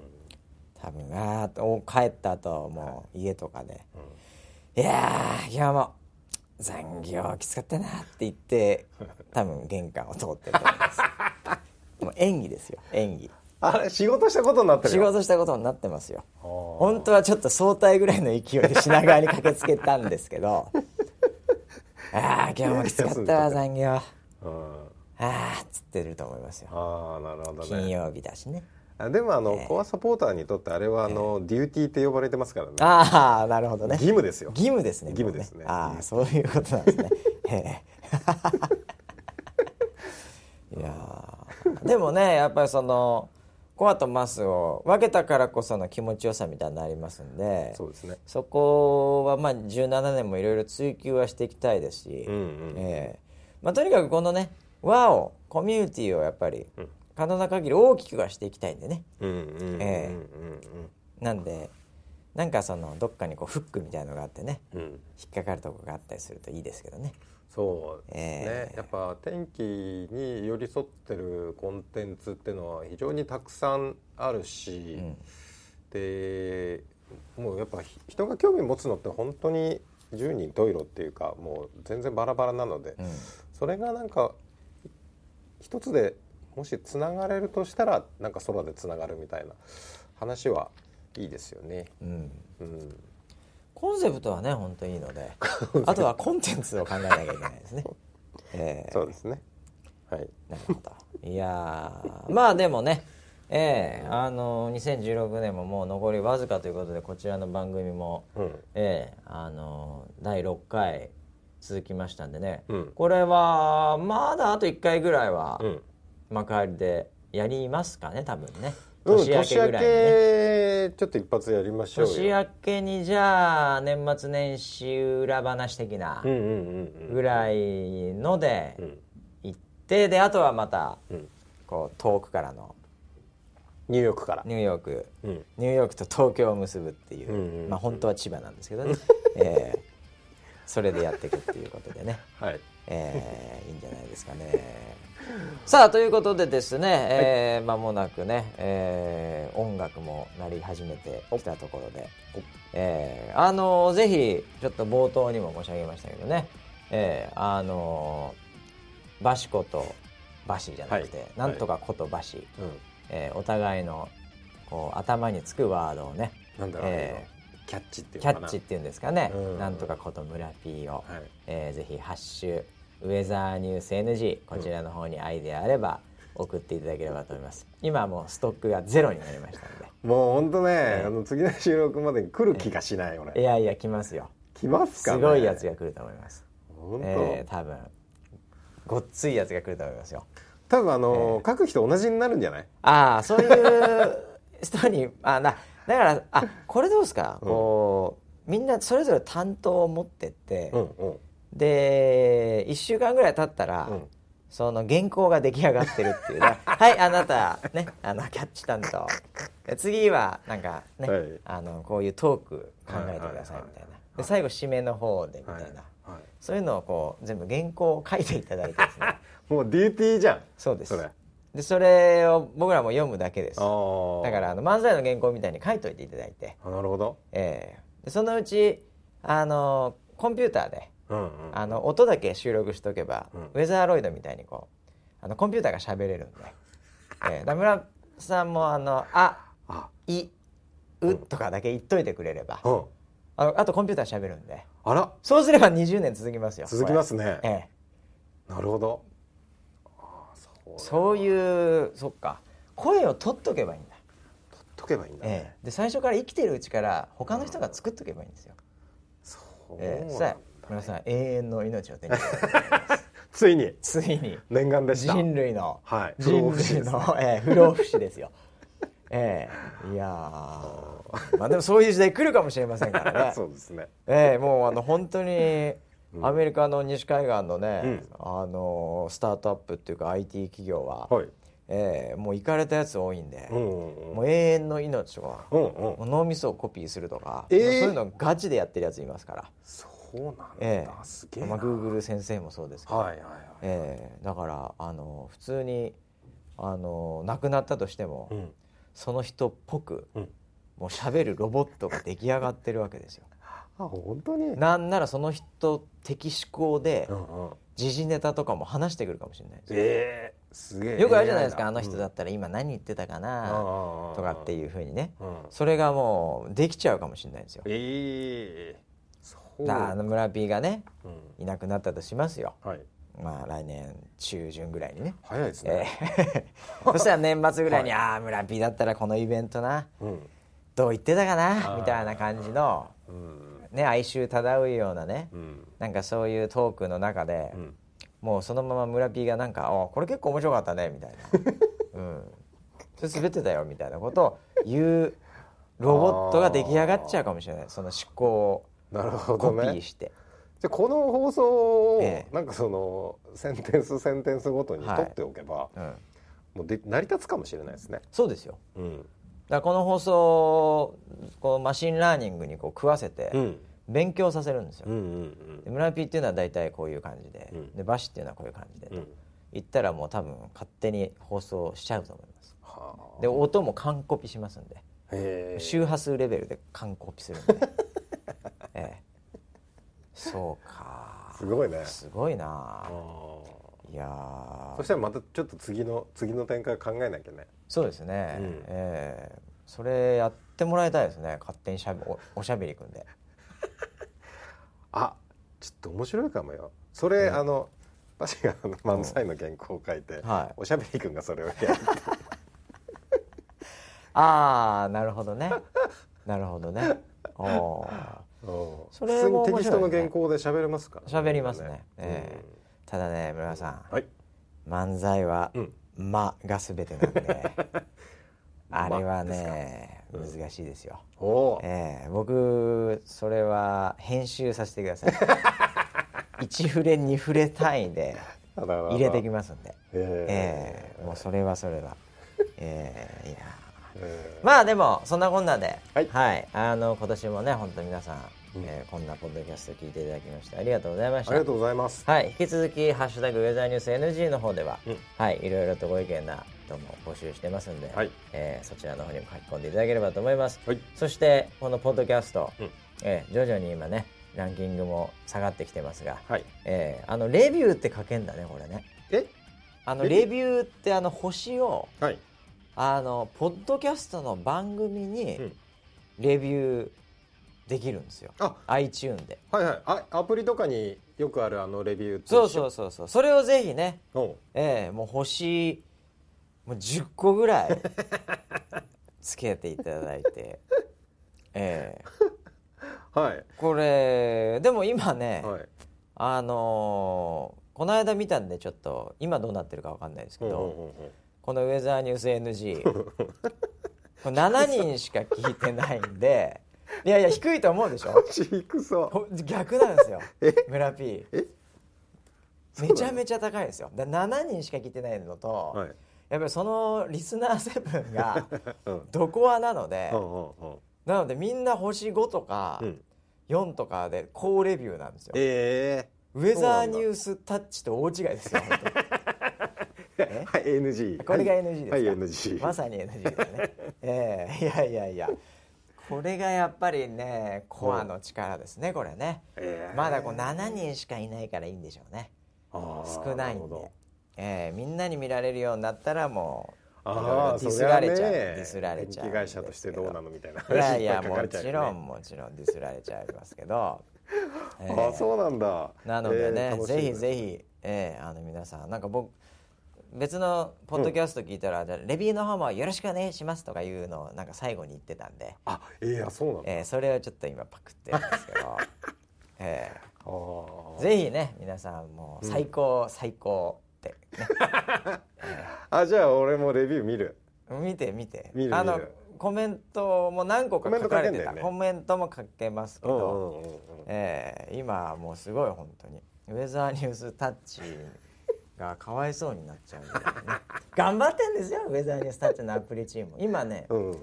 多分あーお帰った後もう家とかで「いやー今日も残業きつかったな」って言 って多分玄関を通ってると思いますもう演技ですよ演技
あれ仕事したことになってる
仕
よ
事したことになってますよ
あー
本当はちょっと早退ぐらいの勢いで品川に駆けつけたんですけ ど「ああ今日もきつかったわ残業あ
うん
あ」っつってると思いますよ
ああなるほど
金
ね
曜日だしね
あでもあの、コアサポーターにとってあれはあの、デューティーって呼ばれてますからね
ああなるほどね
義務ですよ
義務ですね。
義務ですね
もうああ、そういうことなんですね。へ えいやーでもね、やっぱりそのコアとマスを分けたからこその気持ちよさみたいになりますんで、
そうですね
そこはまあ17年もいろいろ追求はしていきたいですし、
うんうん
ええまあとにかくこのね、和をコミュニティをやっぱり可能な限り大きくはしていきたいんでね。
うんうんうんうんうん
えなんでなんかそのどっかにこうフックみたいのがあってね。
うんうん
引っかかるとこがあったりするといいですけどね
そうですね、
え
やっぱ天気に寄り添ってるコンテンツっていうのは非常にたくさんあるし、でもうやっぱひ人が興味持つのって本当に10人十色っていうかもう全然バラバラなので、それがなんか一つでもしつながれるとしたらなんか空でつながるみたいな話はいいですよね。うん
コンセプトはね本当いいのであとはコンテンツを考えなきゃいけないです ねええ
そうですね、はい
なるほどいやーまあでもねええあの2016年ももう残りわずかということでこちらの番組も、
うん
ええあの第6回続きましたんでね、
うん
これはまだあと1回ぐらいは
うん
幕張でやりますかね多分ね
うん
年明けぐらいにね、
年明けちょっと一発やりましょうよ
年明けにじゃあ年末年始裏話的な
うんうんうん
ぐらいので
うんうん
行ってであとはまた
うん
こう遠くからの
ニューヨークから
ニューヨーク
うん
ニューヨークと東京を結ぶっていう、
うんうん
まあ本当は千葉なんですけど ね、えーそれでやっていくっていうことでね、
はい
えーいいんじゃないですかね。さあということでですね、えー間もなくね、えー音楽も鳴り始めてきたところで、えーあのーぜひちょっと冒頭にも申し上げましたけどね、えーあのーバシコとバシじゃなくて、
はい
なんとかことバシ、
うん
えーお互いのこう頭につくワードをね
なんだろう
え
あのキャッチっていう
キャ
のか
ッ
な
チっていうんですかね、
うん
なんとかこと村 P を、
はい
えーぜひ「ハッシュウェザーニュース NG」こちらの方にアイデアあれば送っていただければと思います今はもうストックがゼロになりましたの
もう本当ね
え
あの次の収録までに来る気がしない
でい
俺
やいや来ますよ
来ますか
す
ね
ごいやつが来ると思います、
本
えー
当
多分ごっついやつが来ると思いますよ
多分あの書く人同じになるんじゃない
ああそういう人にあなだからあこれどうですか、
うん
こうみんなそれぞれ担当を持ってって、
うんうん
で1週間ぐらい経ったら、
うん
その原稿が出来上がってるって いうねはいあなたねあのキャッチ担当で次はなんかね、
はい
あのこういうトーク考えてくださいみたいな、で最後締めの方でみたい
はい
な、
はい
そういうのをこう全部原稿を書いていただいて ですね
もう DT じゃん
そうです
それ
でそれを僕らも読むだけです
ああ
だからあの漫才の原稿みたいに書いといていただいて、
あなるほど
えーでそのうちあのコンピューターで
うんうん
あの音だけ収録しとけば、
うん
ウェザーロイドみたいにこうあのコンピューターが喋れるん で、えー、田村さんもあの「あ
あ
い」「う」とかだけ言っといてくれれば、
うん
あのあとコンピューター喋るんで
あら
そうすれば20年続きますよ、
続きますすね
これえ
なるほどああそう
ー
取
そういうそっか声を取っとけばいいんだ、
っとけばいいんだね
えーで最初から生きてるうちから他の人が作っとけばいいんですよ、
そう
えー、
なん
さ
だ
あ皆さん永遠の命を 手に入れた
ついに
ついに
念願でした
人類の
はい不
人
老不死
類
です
の、ええ不老不死ですよ。ええいやーまあでもそういう時代来るかもしれませんからね。
そうですね
ええもうあの本当に
うん
アメリカの西海岸のね、
うん
あのスタートアップっていうか IT 企業は、
はい
ええもう行かれたやつ多いんで、
うんうん
もう永遠の命とか、
うんうん
もう脳みそをコピーするとか、
ええ
そういうのガチでやってるやついますから。
そうなんだ、
ええ
すげえな、
まあ Google 先生もそうですけど。
はいはいはい、
ええだからあの普通にあの亡くなったとしても、
うん
その人っぽく、
うん
もう喋るロボットが出来上がってるわけですよ。
あ本当にうん
なんならその人的思考で
うん
時事ネタとかも話してくるかもしれないですよ
ええすげえ
よくあるじゃないですかあの人だ
っ
ったら今何言ってたか
た
な
と
とかって
う
いうふうにね
ん、うん、
それがもうできちゃうかもしれないですよ。
ええそう
だからあの村 P がね
うん、
いなくなったとしますよ。
はい
まあ来年中旬ぐらいにね。
早いです
え
ね、
え そしたら年末ぐらいに「ああ村 P だったらこのイベントな
うん
どう言ってたか
あ
な」
ー
みたいな感じの、
うん
ね、哀愁漂うようなね
うん
なんかそういうトークの中で、
うん
もうそのまま村 P がなんか「あこれ結構面白かったね」みたい な「うん、それ滑ってたよ」みたいなことを言うロボットが出来上がっちゃうかもしれないその思考
なるほ
をコ
ど
ピ
ね
ーして、
じゃあこの放送を、
ええ
なんかそのセンテンスセンテンスごとに
はい
取っておけば、
うん、
もうで成り立つかもしれないですね
そうですよ
うん
だからこの放送をこうマシンラーニングにこう食わせて
うん
勉強させるんですよ、
うんうん
で村 P っていうのは大体こういう感じで,、
うん
でバシっていうのはこういう感じで、
うんうん
言ったらもう多分勝手に放送しちゃうと思います
はあ
で音も完コピしますんで
へえ
周波数レベルで完コピするんで、 ええ、そうか
すごいね
すごいな
あ
いや
ー
ー
そしたらまたちょっと次の次の展開考えなきゃね
そうですね、
うん
ええそれやってもらいたいですね勝手にしゃべおおしゃべりくんで
あちょっと面白いかもよそれ、あの私があの漫才の原稿を書いて、
はい
おしゃべり君がそれをやる
ああなるほどねなるほどねおーそれも面白いね
普通にテキストの原稿で喋れますから
喋りますねえただね村尾さん、
うんはい
漫才は
うん
「間」が全てなん であれはね、
間ですかうん
難しいですよ、
おおー
ええ僕それは編集させてくだ さい1フレ2フレ単位で
あららら
入れてきますんでえ
え
えもうそれはそれはええいや
ーえ
まあでもそんなこんなでは
はい
あの今年もね本当皆さん、
うん
えーこんなポッドキャスト聞いていただきましてありがとうございまし
ー
た
ありがとうございます
はい、引き続き「ハッシュタグウェザーニュース NG」の方では、
うん
はい、いろいろとご意見なども募集してますんで、
はい
えーそちらの方にも書き込んでいただければと思います、
はい
そしてこのポッドキャスト、
うん
えー徐々に今ねランキングも下がってきてますが、
はい
えーあのレビューって書けんだねこれね
え
あのレ
レ
ビューってあの星を
はい
あのポッドキャストの番組
う
に
ん
レビューできるんですよ、
あ
iTune で
はいはいあアプリとかによくあるあのレビュー
そうそう
う
そうそうそれをぜひね
おう
ええもう星もう10個ぐら いつけていただいてええ
はい
これでも今ね、
はい
あのーこの間見たんでちょっと今どうなってるかわかんないですけ
うんう
ど、
んうんうん
この「ウェザーニュース NG」これ7人しか聞いてないんでいやいや低いと思うでしょ
ちくそ
ほ逆なんですよ
え
村 P
え
めちゃめちゃ高いですよだ7人しか聞いてないのと、
はい
やっぱりそのリスナーセブン が
うん
どこはなので、
うんうんうん
なのでみんな星5とか
うん
4とかで高レビューなんですよ、
え
ウェザーニュースタッチと大違いですよ本
え はい NG
当これが
はい
NG ですか、
はい NG
まさに NG だ ねええいやいやいやこれがやっぱりねコアの力ですねこれね
えー
まだこう7人しかいないからいいんでしょうね
あー
少ない
るほ
んで
ど、
ええみんなに見られるようになったらもういろい
あ
ろ
あ
ディスられちゃう、
そ
ディスられちゃう
電気会社としてどうな
の
のみたいない話
やいや
っぱ書
も
かれゃう
ち
よね
ろんもちろんディスられちゃいますけど、ええ
ああそうなんだ
なのでね、ぜひぜ
ひ
ひ、ええあの皆さんなんか僕別のポッドキャスト聞いたら、じゃあレビューの方もよろしくお願いしますとかいうのをなんか最後に言ってたんで、
あいやそうなんだ
ええそれをちょっと今パクってるんですけ ど、え
あー
えぜひね皆さんもう最高、最高って
あじゃあ俺もレビュー見る
見て見て
見る
あの
見る
コメントも何個か書かれてたコメ,、
コ
ントも書けますけ
うんう
ど。
んうんうん
ええ今はもうすごい本当にウェザーニュースタッチがかわいそうになっちゃうんだ よね頑張ってんですよウェザーニュースタッチのアプリチーム今ね
うんうんうん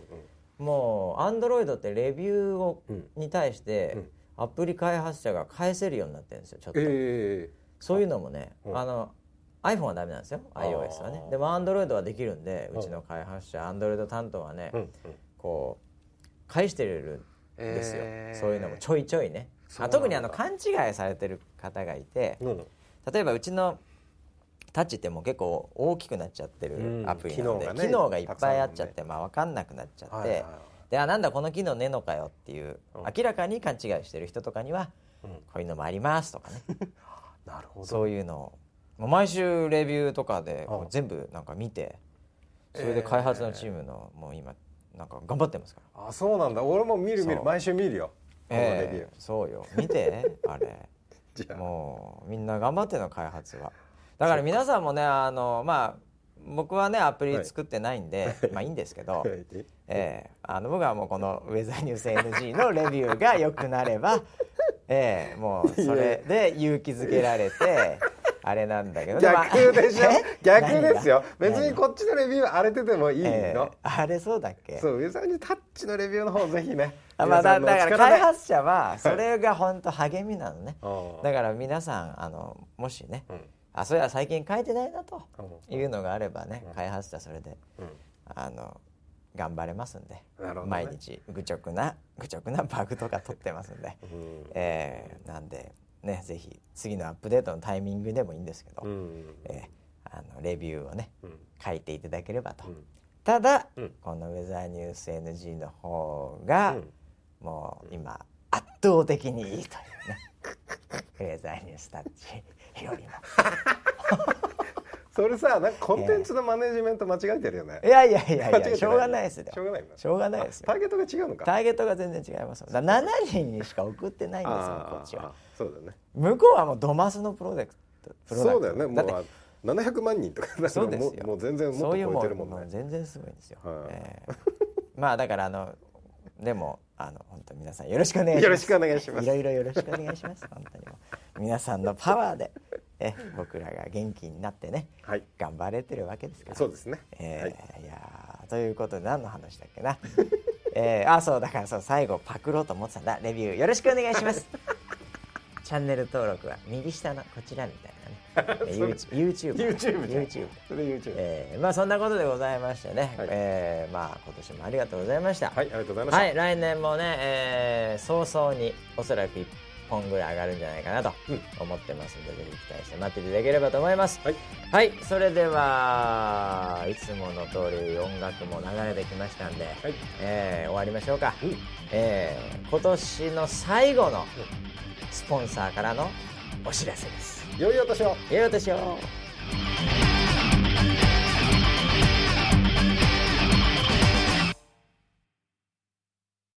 もうアンドロイドってレビューを
うん
に対して
うん
アプリ開発者が返せるようになってるんですよちょっと
え
そういうのもね
うん
あの iPhone はダメなんですよ
あー
iOS はねでもアンドロイドはできるんで
うん
うちの開発者アンドロイド担当はね
えうんうん
こう返してるんですよ、
えー
そういうのもちょいちょいね
そう
あ
なんだ
特にあの勘違いされてる方がいて
うん
例えばうちのタッチってもう結構大きくなっちゃってるアプリなので、
うん機能
機
が
能
ね
がいっぱいあっちゃって、まあ、分かんなくなっちゃって、
はいはいは
であなんだこの機能ねえのかよっていう
うん
明らかに勘違いしてる人とかには、
うん
こういうのもありますとかね
いなるほど
そういうのをもう毎週レビューとかでこ
う
うん全部なんか見てそれで開発のチームのもう今なんか頑張ってますから。
あそうなんだ俺も見る見
そ
る
う
毎週見るよこのレビュー
ええそうよ見てあれ
じゃあ
もうみんな頑張ってんの開発はだから皆さんもねあのまあ僕はねアプリ作ってないんで、まあいいんですけど、
え
ええあの僕はもうこのウェザーニュース NG のレビューが良くなれば、 ええもうそれで勇気づけられてあれなんだけど
逆 でしょ逆ですよ
何
別
が
にこっちのレビュー荒れててもいい
まあええ
の
あれそうだっけ
そうウェザーニュータッチのレビューの方ぜひね
あまあ、だ
皆
だ
さ
か
んの
ら
お力
開
で
発者はそれが本当励みなのね、
うん
だから皆さんあのもしね、
うん
あそういや最近書いてないなと
う
いうのがあればね、
ん
開発者それで
う
あの頑張れますんで、
なるほどね
毎日愚直な愚直なバグとか取ってますんで、
ん
えーなんでねぜひ次のアップデートのタイミングでもいいんですけど、
うん
えーあのレビューをね
うん
書いていただければと、
うん
ただ、
うん
このウェザーニュース NG の方が、
うん
もう今圧倒的にいいというねウェザーニュースタッチよりも
それさなんかコンテンツのマネジメント間違えてるよね
いやいやいや
間違え
い
て
や、しょうがないですよ。
しょうがないんだ
しょうがないです
タ
よ。
ーゲットが違うのか
ターゲットが全然違いますもん。だから7人にしか送ってないんですよ、
あー
こっちは。
そうだね
向こうはもうドマスのプロダクト。プロダク
そ
ト
うだよね
だって
もう700万人とかなんか
そうです
も
よ
もう全然もっ
そういう
と超え
も
て
ん
るもん
もう
ね
全然すごいんですよ、
はい
ええ まあだからあのでもあの本当皆さんよろしくお願いします
よろしくお願いします
ろいろよろしくお願いします本当にもう皆さんのパワーでえ僕らが元気になってね
はい
頑張れてるわけですから
そうですねは
え
い
えい、やーということで何の話だっけな えー、あそうだからそう最後パクろうと思ってたんだレビューよろしくお願いします チャンネル登録は右下のこちらみたい なねえー YouTube
YouTube じゃん
YouTube
それ YouTube
えーまあそんなことでございましてね、
はい
えーまあ今年もありがとうございました
はいありがとうございました
はい来年もね、えー早々におそらく1本ぐらい上がるんじゃないかなと
うん
思ってますので、ぜひ期待して待っていただければと思います
はい
はいそれではいつもの通り音楽も流れてきましたんで、
はい
えー終わりましょうか、
うん
えー今年の最後のスポンサーからのお知らせです
良いお年を
よいお年を